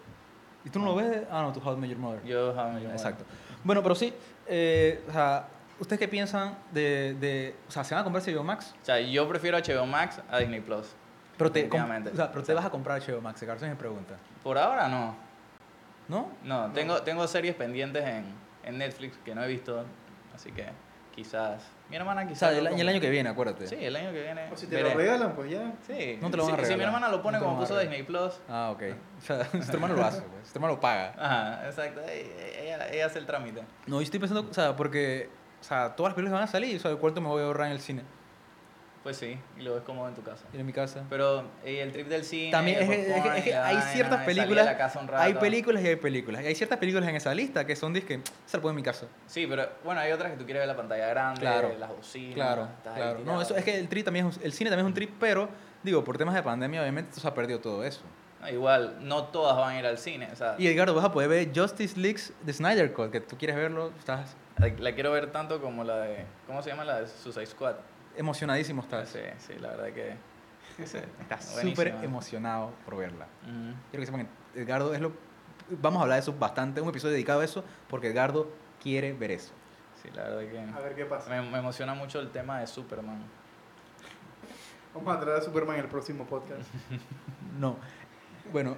S1: ¿Y tú no lo ves? Ah, no, tu How to Met Your Mother.
S3: Yo jamás
S1: Exacto. Bueno, pero sí, eh, o sea, ¿ustedes qué piensan de, de. O sea, ¿se van a comprar HBO Max?
S3: O sea, yo prefiero HBO Max a Disney Plus.
S1: Pero te, com-
S3: Definitivamente.
S1: o sea, pero te vas a comprar HBO Max, Carlos me pregunta.
S3: Por ahora no.
S1: ¿No?
S3: No, Tengo, tengo series pendientes en, en Netflix que no he visto. Así que quizás. Mi hermana
S1: O sea,
S3: quizás.
S1: el,
S3: lo
S1: y el
S3: compre.
S1: año que viene, acuérdate.
S3: Sí, el año que viene.
S2: o si te
S3: veré.
S2: lo regalan, pues ya.
S3: Sí.
S1: No te lo van a
S3: Sí, Si mi
S1: regalar.
S3: hermana lo pone
S1: No te lo
S3: como
S1: van a
S3: puso
S1: regalar.
S3: Disney Plus.
S1: Ah, ok. O [laughs] sea, su hermano lo hace, pues. Su hermano lo paga.
S3: Ajá, exacto. Ella, ella- ella hace el trámite.
S1: No, yo estoy pensando, o sea, porque. O sea, todas las películas van a salir, o sea, ¿cuánto me voy a ahorrar en el cine?
S3: Pues sí, y lo ves cómodo en tu casa.
S1: Ir en mi casa.
S3: Pero y el trip del cine.
S1: También
S3: el
S1: es, que- es que-
S3: popcorn
S1: es
S3: y
S1: que
S3: la
S1: hay
S3: vaina,
S1: ciertas
S3: y salir de
S1: películas.
S3: la casa un
S1: Hay
S3: rato.
S1: películas y hay películas. Y hay ciertas películas en esa lista que son disque. Se la pongo en mi casa.
S3: Sí, pero bueno, hay otras que tú quieres ver la pantalla grande,
S1: Claro,
S3: las bocinas.
S1: Claro,
S3: estás ahí
S1: claro. No,
S3: tirado.
S1: eso es que el trip también es un- el cine también es un trip, pero digo, por temas de pandemia obviamente se ha perdido todo eso.
S3: No, Ah, igual, no todas van a ir al cine. O sea,
S1: Y Edgardo, vas a poder ver Justice League's The Snyder Code, que tú quieres verlo, estás
S3: la, la quiero ver tanto como la de. ¿Cómo se llama la de Suicide Squad?
S1: emocionadísimo,
S3: Ah,
S1: estás.
S3: Sí, sí, la verdad que.
S1: Estás
S3: buenísima.
S1: súper emocionado por verla.
S3: Ujú.
S1: Quiero que sepan que Edgardo es lo vamos a hablar de eso bastante, un episodio dedicado a eso porque Edgardo quiere ver eso. [laughs]
S3: Sí, la verdad
S2: A
S3: que.
S2: ver qué pasa.
S3: Me, me emociona mucho el tema de Superman.
S2: Vamos a traer a Superman en el próximo podcast.
S1: No. Bueno,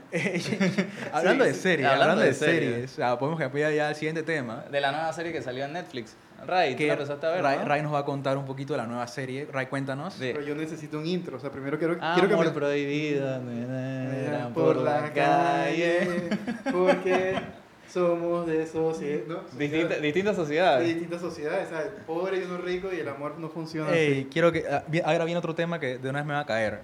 S1: [laughs] hablando de
S2: sí.
S1: series,
S3: Hablando
S1: hablando,
S3: de
S1: de,
S3: series.
S1: series, o sea, podemos cambiar ya al siguiente tema.
S3: De la nueva serie que salió en Netflix. Ray, tú la empezaste a ver.
S1: Ray,
S3: ¿no?
S1: Ray nos va a contar un poquito de la nueva serie. Ray, cuéntanos.
S3: Sí.
S2: Pero yo necesito un intro. O sea, primero quiero,
S3: Ah,
S1: Ah,
S2: quiero que me.
S3: prohibido
S2: Vayan por la calle. Porque
S3: [laughs]
S2: somos de sociedad. ¿no?
S3: Distinta,
S2: Sociedad-
S3: distintas sociedades.
S2: de distintas sociedades. ¿sabes? El pobre y uno rico y el amor no funciona.
S1: Ey,
S2: así.
S1: quiero que. ah, vi- Ahora viene otro tema que de una vez me va a caer.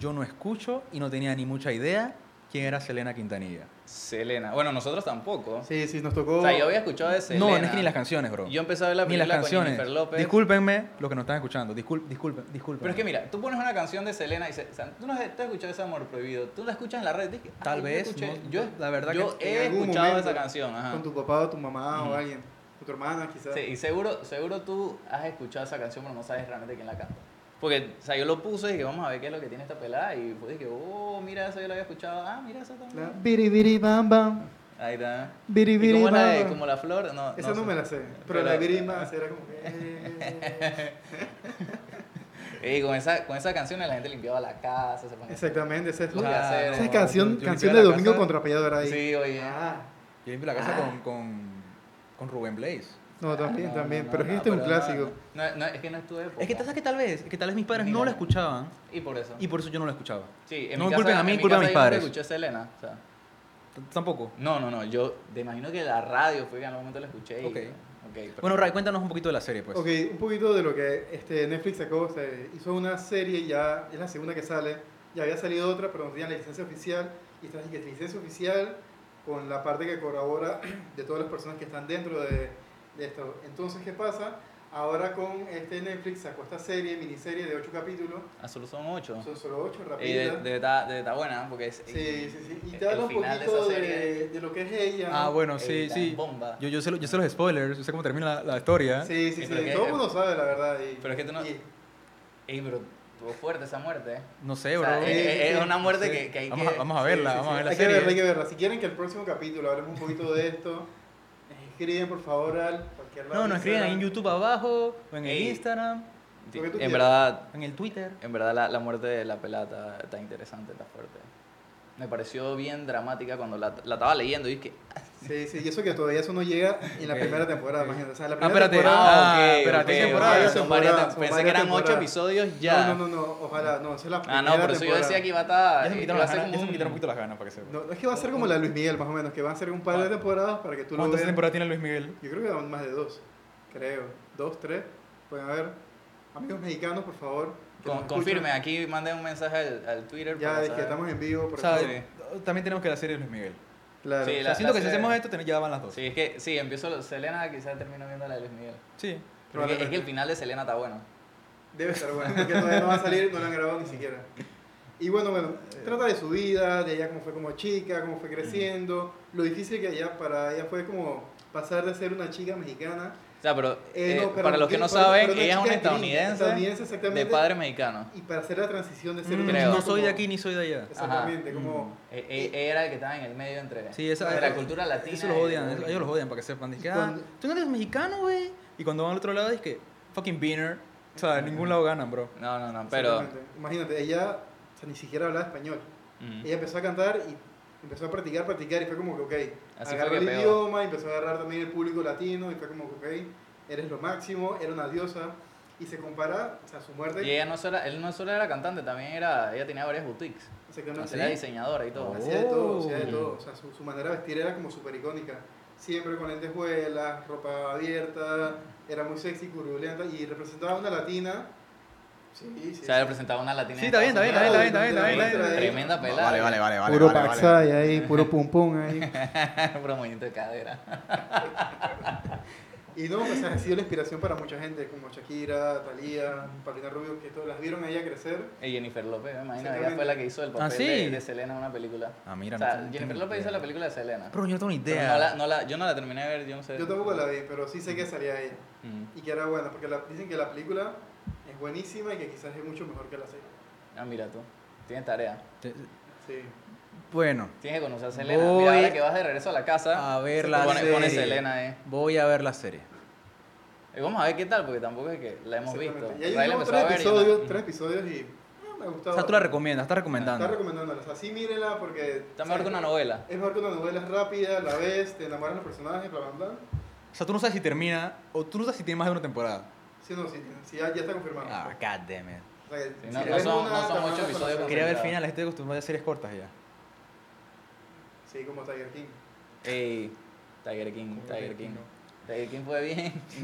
S1: Yo no escucho y no tenía ni mucha idea quién era Selena Quintanilla.
S3: Selena. Bueno, nosotros tampoco.
S2: Sí, sí, nos tocó.
S3: O sea, yo había escuchado de Selena.
S1: No, no es que ni las canciones, bro.
S3: Yo empecé a ver la
S1: ni las
S3: película con
S1: canciones.
S3: Jennifer López.
S1: Discúlpenme los que nos están escuchando. Discul disculpen, disculpen.
S3: Pero es que mira, tú pones una canción de Selena y se, o sea, tú no has, tú has escuchado ese amor prohibido, tú la escuchas en la red, dices,
S1: Tal
S3: "Ay, yo
S1: vez,
S3: escuché-
S1: no,
S3: yo,
S1: la verdad
S3: yo
S2: que en
S3: he
S2: algún
S3: escuchado
S2: momento,
S3: esa canción, ajá.
S2: Con tu papá o tu mamá
S3: Ujú.
S2: o alguien. O tu hermana, quizás.
S3: Sí, y seguro, seguro tú has escuchado esa canción, pero no sabes realmente quién la canta. Porque, o sea, yo lo puse y dije, vamos a ver qué es lo que tiene esta pelada. Y pues dije, oh, mira, eso yo lo había escuchado. Ah, mira, eso también.
S2: La biribiri bam bam.
S3: Ahí está. ¿Y
S2: Biribiri
S3: cómo
S2: bam
S3: es la de-
S2: bam.
S3: como la flor? No,
S2: Esa no,
S3: sé.
S2: me la sé. Pero,
S3: Pero-
S2: la birima era como que.
S3: [laughs]
S2: eh.
S3: Y con esa, con esa canción la gente limpiaba la casa, se ponía...
S2: Exactamente, esa es
S3: Lo que
S2: la.
S3: hace,
S2: Esa
S3: no,
S2: es canción,
S1: yo- yo
S2: canción
S1: limpiaba
S2: de
S1: la
S2: domingo
S1: casa.
S2: contra Payadora ahí.
S3: Sí, oye.
S2: Ah,
S1: Yo limpio la casa con, con, con Rubén Blaze.
S2: no, también,
S3: No,
S2: también.
S3: Ah, no,
S2: pero es
S3: no,
S2: que este es un
S3: pero no,
S2: clásico.
S3: No, no, es que no es tu época.
S1: Es que, ¿sabes que tal vez? Que tal vez mis padres
S3: Mira.
S1: no la escuchaban
S3: Y por eso.
S1: y por eso yo no la escuchaba.
S3: Sí, en
S1: No me
S3: mi casa-
S1: culpen a mí,
S3: en mi
S1: culpen a
S3: casa
S1: mis
S3: yo nunca
S1: padres.
S3: escuché Selena, o sea...
S1: T- Tampoco.
S3: No, no, no, yo te imagino que la radio fue que en algún momento la escuché. Y,
S1: Ok.
S3: ok, pero-
S1: Bueno, Ray, cuéntanos un poquito de la serie, pues.
S2: Ok, un poquito de lo que este, Netflix sacó, se hizo una serie, ya es la segunda que sale, ya había salido otra, pero no tenían la licencia oficial, y esta sí que es licencia oficial con la parte que corrobora [clears throat] de todas las personas que están dentro de, de esto. Entonces, ¿qué pasa? Ahora con este Netflix sacó esta serie, miniserie de 8 capítulos,
S3: Ah, solo son ocho.
S2: son solo 8,
S3: Y de,
S2: rapidita.
S3: de, verdad- de verdad buena, porque es...
S2: Sí, sí, sí, y
S3: el
S2: te habla un
S3: final de
S2: poquito
S3: esa
S2: de,
S3: serie-
S2: de lo que es ella.
S1: Ah, bueno, sí,
S3: Ey, la
S1: sí.
S3: bomba.
S1: Yo, yo, sé, lo- yo sé los spoilers, yo sé cómo termina la, la historia.
S2: Sí, sí, sí,
S3: Y pero que-
S2: todo el mundo sabe la verdad. Y,
S3: pero es que tú no-
S2: y-
S3: Ey, pero estuvo fuerte esa muerte.
S1: No sé,
S3: O
S1: bro.
S3: sea,
S2: eh,
S3: es, es- es
S2: sí,
S3: una muerte
S2: sí.
S3: que, que hay
S1: vamos, a-
S3: que...
S1: vamos a verla,
S2: Sí, sí,
S1: vamos a
S2: sí.
S1: ver la
S2: hay
S1: serie.
S2: que verla, hay que verla. Si quieren que el próximo capítulo hablemos un poquito de esto, eh, escriben por favor al cualquier lado
S1: No, nos escriben ahí en
S2: Instagram.
S1: YouTube abajo, o en el
S3: Ey.
S1: Instagram,
S3: Sí,
S2: Lo que tú
S3: en
S2: quieras.
S3: verdad,
S1: en el Twitter.
S3: en verdad la, la muerte de la pelata está interesante, está fuerte. Me pareció bien dramática cuando la, la estaba leyendo y dije,
S2: Sí, sí, y eso que todavía eso no llega en la
S1: Ok.
S2: primera temporada, imagínate. O sea, la
S1: Ah,
S2: primera
S1: espérate.
S2: temporada.
S1: Ah,
S3: ok,
S1: espérate,
S3: ok,
S1: hay
S3: ok,
S1: temporadas,
S3: son
S2: son
S3: varias
S2: varias,
S3: tem-
S2: son
S3: Pensé
S2: varias
S3: que eran ocho
S2: temporadas.
S3: episodios ya.
S2: No, no, no, no, ojalá, no, esa es la primera
S3: ah, no, por eso yo
S2: temporada.
S3: decía que iba a
S1: Ya se
S3: estar...
S1: me
S3: iba
S1: quitaron
S3: a
S1: las
S3: ser
S1: ganas, ya
S3: como
S1: se me
S3: un-
S1: quitaron un poquito las ganas, para que sepa.
S2: No, es que va a ser como la de Luis Miguel, más o menos, que van a ser un par
S3: Ah.
S2: de temporadas para que tú lo
S1: ¿Cuántas
S2: veas.
S1: temporadas tiene Luis Miguel?
S2: Yo creo que van más de dos, creo. Dos, tres, pueden haber. Amigos mexicanos, por favor. que
S3: Con-
S2: nos
S3: confirme,
S2: escuchan.
S3: aquí manden un mensaje al, al Twitter.
S2: Ya,
S3: para
S2: de que
S3: saber.
S2: estamos en vivo, por
S1: O sea,
S2: favor.
S3: Sí.
S1: también tenemos que la serie de Luis Miguel.
S2: Claro.
S3: Sí,
S1: O sea,
S3: La-
S1: siento
S3: la
S1: que si
S3: serie-
S1: hacemos esto, ten- ya van las dos. Sí.
S3: Sí, es que sí, empiezo lo- Selena, quizás termino viendo la de Luis Miguel. Pero es que- es que
S2: Probablemente.
S3: el final de Selena está bueno.
S2: Debe estar bueno, porque todavía no va a salir, no lo han grabado ni siquiera. Y bueno, bueno,
S3: Eh.
S2: trata de su vida, de ella cómo fue como chica, cómo fue creciendo, lo difícil que ella para ella fue como pasar de ser una chica mexicana.
S3: O sea, pero,
S2: eh,
S3: eh,
S2: no, pero
S3: para los que
S2: pero
S3: no
S2: una
S3: saben,
S2: chica
S3: ella es una
S2: gringa,
S3: estadounidense
S2: estadounidense,
S3: de
S2: exactamente,
S3: padre mexicano.
S2: Y para hacer la transición de ser
S1: Mm,
S2: una
S3: creo.
S2: chica
S1: No soy de
S2: como-
S1: aquí ni soy de allá.
S2: Exactamente,
S1: Ajá.
S2: como...
S3: E- e- Ella era el que estaba en el medio entre
S1: Sí, esa-
S3: de la
S2: eh,
S3: cultura latina.
S1: Eso los
S3: y-
S1: odian, eso- ellos los odian para que sepan. Dicen,
S2: Y
S1: ah,
S2: cuando-
S1: tú no eres mexicano, güey. Y cuando van al otro lado, es que fucking beaner. O sea, en ningún lado ganan, bro.
S3: No, no, no, pero...
S2: exactamente. Imagínate, ella o sea, ni siquiera hablaba español.
S3: Mm.
S2: Ella empezó a cantar y empezó a practicar, practicar y fue como que, ok,
S3: Así
S2: agarró
S3: fue
S2: el
S3: que pegó.
S2: idioma, empezó a agarrar también el público latino y fue como que, ok, eres lo máximo, era una diosa y se compara, o sea, su muerte,
S3: Y ella no solo, él no solo era cantante, también era, ella tenía varias boutiques.
S2: exactamente,
S3: Era diseñadora y todo.
S1: ¿Ah, Oh.
S2: hacía de todo, hacía de
S3: Oh.
S2: todo, o sea, su, su manera de vestir era como súper icónica, siempre con lentejuelas, ropa abierta, era muy sexy, curulenta y representaba a una latina, sí, sí,
S3: O sea, él presentaba una latina.
S1: Sí,
S3: de
S1: está bien, está bien,
S3: Estados
S1: está bien,
S3: Unidos.
S1: está bien, está bien, está bien, está bien.
S3: Tremenda pelada.
S4: Vale, vale, vale, vale.
S2: puro
S4: vale, vale.
S2: paxay ahí, puro pum pum ahí.
S3: [laughs] Puro movimiento de cadera. [laughs]
S2: Y no, o sea, ha sido la inspiración para mucha gente, como Shakira, Thalía, Paulina Rubio, que todas las vieron a ella crecer.
S3: Y Jennifer López, me imagino, ella
S2: Exactamente.
S3: fue la que hizo el papel
S1: Ah, sí.
S3: de, de Selena en una película.
S1: Ah, mira,
S3: o sea,
S1: no tengo-
S3: Jennifer
S1: tengo
S3: López hizo
S1: idea.
S3: la película de Selena.
S1: Bro, yo no tengo ni
S3: Pero
S1: idea.
S3: no la, no la, yo no la terminé de ver, yo no sé.
S2: Yo tampoco la vi, pero sí sé que salía ella.
S3: Mm.
S2: Y que era buena, porque la- dicen que la película es buenísima y que quizás es mucho mejor que la serie.
S3: Ah, mira tú. Tienes tarea.
S1: Te-
S2: Sí.
S1: Bueno,
S3: Tienes que conocer a Selena.
S1: Voy
S3: Mira, ahora que vas de regreso a la casa,
S1: a ver
S2: Se
S1: la
S3: pone,
S1: serie.
S3: pone Selena ahí.
S1: Voy a ver la serie.
S3: Y vamos a ver qué tal, porque tampoco es que la hemos visto.
S2: Exactamente. Y hay
S3: Ray la
S2: unos
S3: empezó
S2: tres
S3: a ver y yo no.
S2: episodios, tres episodios y no, me ha
S1: O
S2: gustado.
S1: sea, tú la recomiendas, estás recomendando.
S2: Está recomendándola. O sea, sí mírela porque...
S3: Está mejor que una novela.
S2: Es mejor que una novela es rápida, la ves, te enamoran los personajes, bla, bla, bla.
S1: O sea, tú no sabes si termina, o tú no sabes si tiene más de una temporada.
S2: Sí, no, sí, sí, ya, ya está confirmado.
S1: Ah, god damn it.
S2: O sea, que
S3: no-
S2: si
S3: no
S2: le ves
S3: son-
S2: una,
S3: no son
S2: te van a
S3: ocho episodios
S1: Quería
S2: conocer.
S1: ver el
S3: Concentrado.
S1: final, estoy acostumbrado a series cortas ya.
S2: Sí, como Tiger King.
S3: Ey, Tiger King, Tiger King. Tiger King fue bien [laughs]
S1: Muy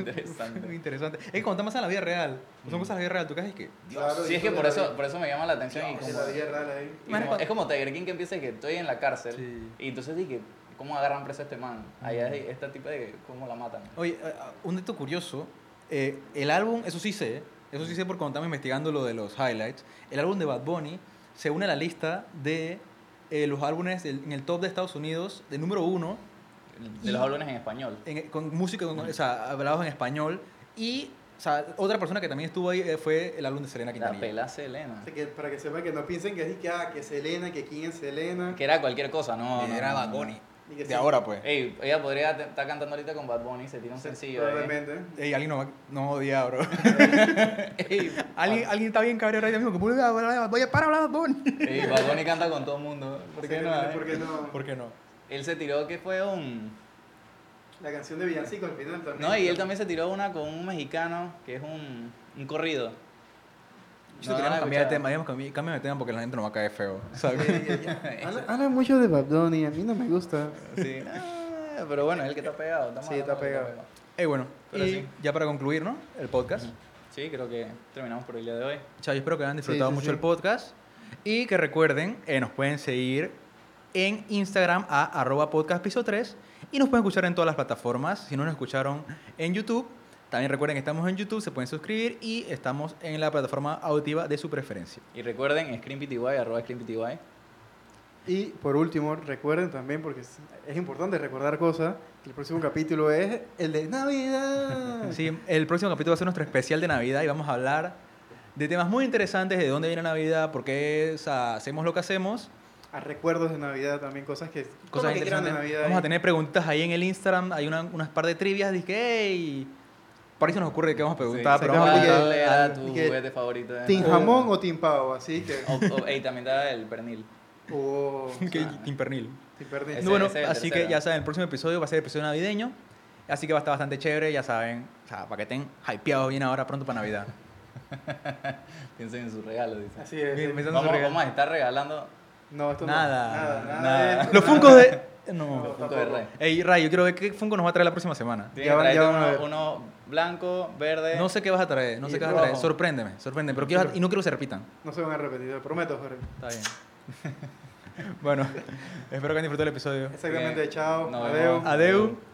S1: [laughs]
S3: interesante.
S1: interesante. Es que cuando están más en la vida real, son cosas de la vida real, tú crees que.
S2: Claro,
S3: Sí, es que
S2: disfruta
S3: por
S2: la
S3: eso,
S2: vida.
S3: por eso me llama la atención. y
S2: Es
S3: como-
S2: la vida real ahí.
S3: Y
S1: Más
S3: como-
S1: pa-
S3: es como Tiger King que empieza y que estoy en la cárcel.
S1: Sí.
S3: Y entonces dije, ¿cómo agarran preso a este man? Allá es esta tipo de cómo la matan.
S1: Oye, a- a- un dato curioso, eh, el álbum, eso sí sé, eso sí sé porque cuando estamos investigando lo de los highlights, el álbum de Bad Bunny se une a la lista de eh, los álbumes del- en el top de Estados Unidos, de número uno, eh,
S3: De los álbumes en español.
S1: en- con música, con- o sea, hablados en español, y sea, otra persona que también estuvo ahí eh, fue el álbum de Selena
S3: La
S1: Quintanilla.
S3: pela Selena.
S2: Así que para que sepan que no piensen que es que, ah, que Selena, que quién es Selena.
S3: Que era cualquier cosa, ¿no? no,
S1: Era
S3: no,
S1: Bad
S3: no.
S1: Bunny.
S2: Y que
S1: De
S2: sí,
S1: ahora, pues.
S3: Ey, ella podría te- estar cantando ahorita con Bad Bunny, se tira un
S2: sí,
S3: sencillo. ¿eh? ahí.
S2: Probablemente.
S1: Ey, alguien nos va- nos odia, bro.
S3: [laughs] Ey,
S1: [laughs] alguien, alguien está bien cabreado ahorita mismo. Como, Oye, para hablar, Bad Bunny.
S3: ey, Bad Bunny canta con todo el mundo. ¿Por
S2: Así
S3: qué
S2: que
S3: no?
S2: no sé
S3: eh?
S2: ¿Por qué no?
S1: ¿Por qué no?
S3: Él se tiró que fue un...
S2: La canción de Villancico al final también.
S3: No, y él también se tiró una con un mexicano, que es un, un corrido.
S1: Yo
S3: no la
S1: queríamos cambiar
S3: he
S1: de
S3: escuchado.
S1: tema, digamos, cambi- cambiame de tema porque la gente nos va a caer feo. ¿sabes?
S2: Sí, ya,
S1: [laughs]
S2: ya. Habla- Habla mucho de Bad Bunny, a mí no me gusta.
S3: Sí. Ah, pero bueno, es el que está pegado. estamos
S2: Sí, está
S3: hablando del que
S2: pegado.
S1: Ey, Eh, bueno,
S3: Pero
S1: y
S3: sí.
S1: ya para concluir, ¿no? El podcast.
S3: Sí, creo que terminamos por el día de hoy.
S1: Chao, yo espero que hayan disfrutado
S2: sí,
S1: mucho
S2: sí.
S1: el podcast. Y que recuerden, eh, nos pueden seguir en Instagram a arroba podcast piso 3 y nos pueden escuchar en todas las plataformas. Si no nos escucharon en YouTube, también recuerden que estamos en YouTube, se pueden suscribir y estamos en la plataforma auditiva de su preferencia.
S3: Y recuerden, ScreenPty, arroba ScreenPty.
S2: Y por último, recuerden también, porque es es importante recordar cosas, que el próximo capítulo es el de Navidad.
S1: Ah. Sí, el próximo capítulo va a ser nuestro especial de Navidad y vamos a hablar de temas muy interesantes, de dónde viene Navidad, por qué o sea, hacemos lo que hacemos.
S2: A recuerdos de Navidad también, cosas que,
S1: cosas
S2: que quieran de
S1: interesantes.
S2: Navidad.
S1: Vamos a
S2: ahí.
S1: tener preguntas ahí en el Instagram. Hay una- unas par de trivias. Dije, hey, por ahí se nos ocurre que vamos a preguntar.
S2: Sí,
S1: pero vamos a
S2: exactamente.
S1: preguntar.
S3: darle a tu
S2: y que-
S3: juguete favorito. eh. de
S2: ¿Tin
S3: Navidad.
S2: jamón o tin pavo? Así que...
S3: O- o- oh, ey, también da el pernil. [laughs]
S2: o
S1: que
S2: Ah.
S1: impernil.
S2: sin perder.
S3: Oh. Ese-
S1: bueno,
S3: ese es el
S1: así
S3: tercero.
S1: que ya saben, el próximo episodio va a ser episodio navideño. Así que va a estar bastante chévere, ya saben. O sea, para que estén hypeados bien ahora pronto para
S2: [laughs]
S1: Navidad.
S3: Piensen en su regalo, dice.
S2: Así es.
S1: Bien,
S2: sí.
S1: me-
S3: Vamos,
S1: regalo.
S3: vamos a estar regalando
S2: No, esto no-
S1: nada,
S2: Nada, nada.
S3: nada.
S2: de esto,
S1: Los
S2: nada.
S1: funcos
S2: [laughs]
S1: de.
S2: No.
S1: No.
S3: punto de rey.
S1: Ey, Ray, yo quiero ver qué Funko nos va a traer la próxima semana.
S3: Tienes
S2: Ya
S3: que
S2: van- ya
S3: traerte
S2: van a ver.
S3: uno, uno blanco, verde.
S1: No sé qué vas a traer, no
S2: Y
S1: sé qué vas a traer.
S3: rojo.
S1: Sorpréndeme, sorpréndeme. Pero quiero, y no quiero que se repitan.
S2: No se van a repetir, te lo prometo, Jorge.
S1: Está bien. [laughs] bueno, espero que hayan disfrutado el episodio.
S2: Exactamente,
S3: Bien.
S2: chao.
S3: Nos
S2: Adiós.
S3: vemos.
S1: Adeu.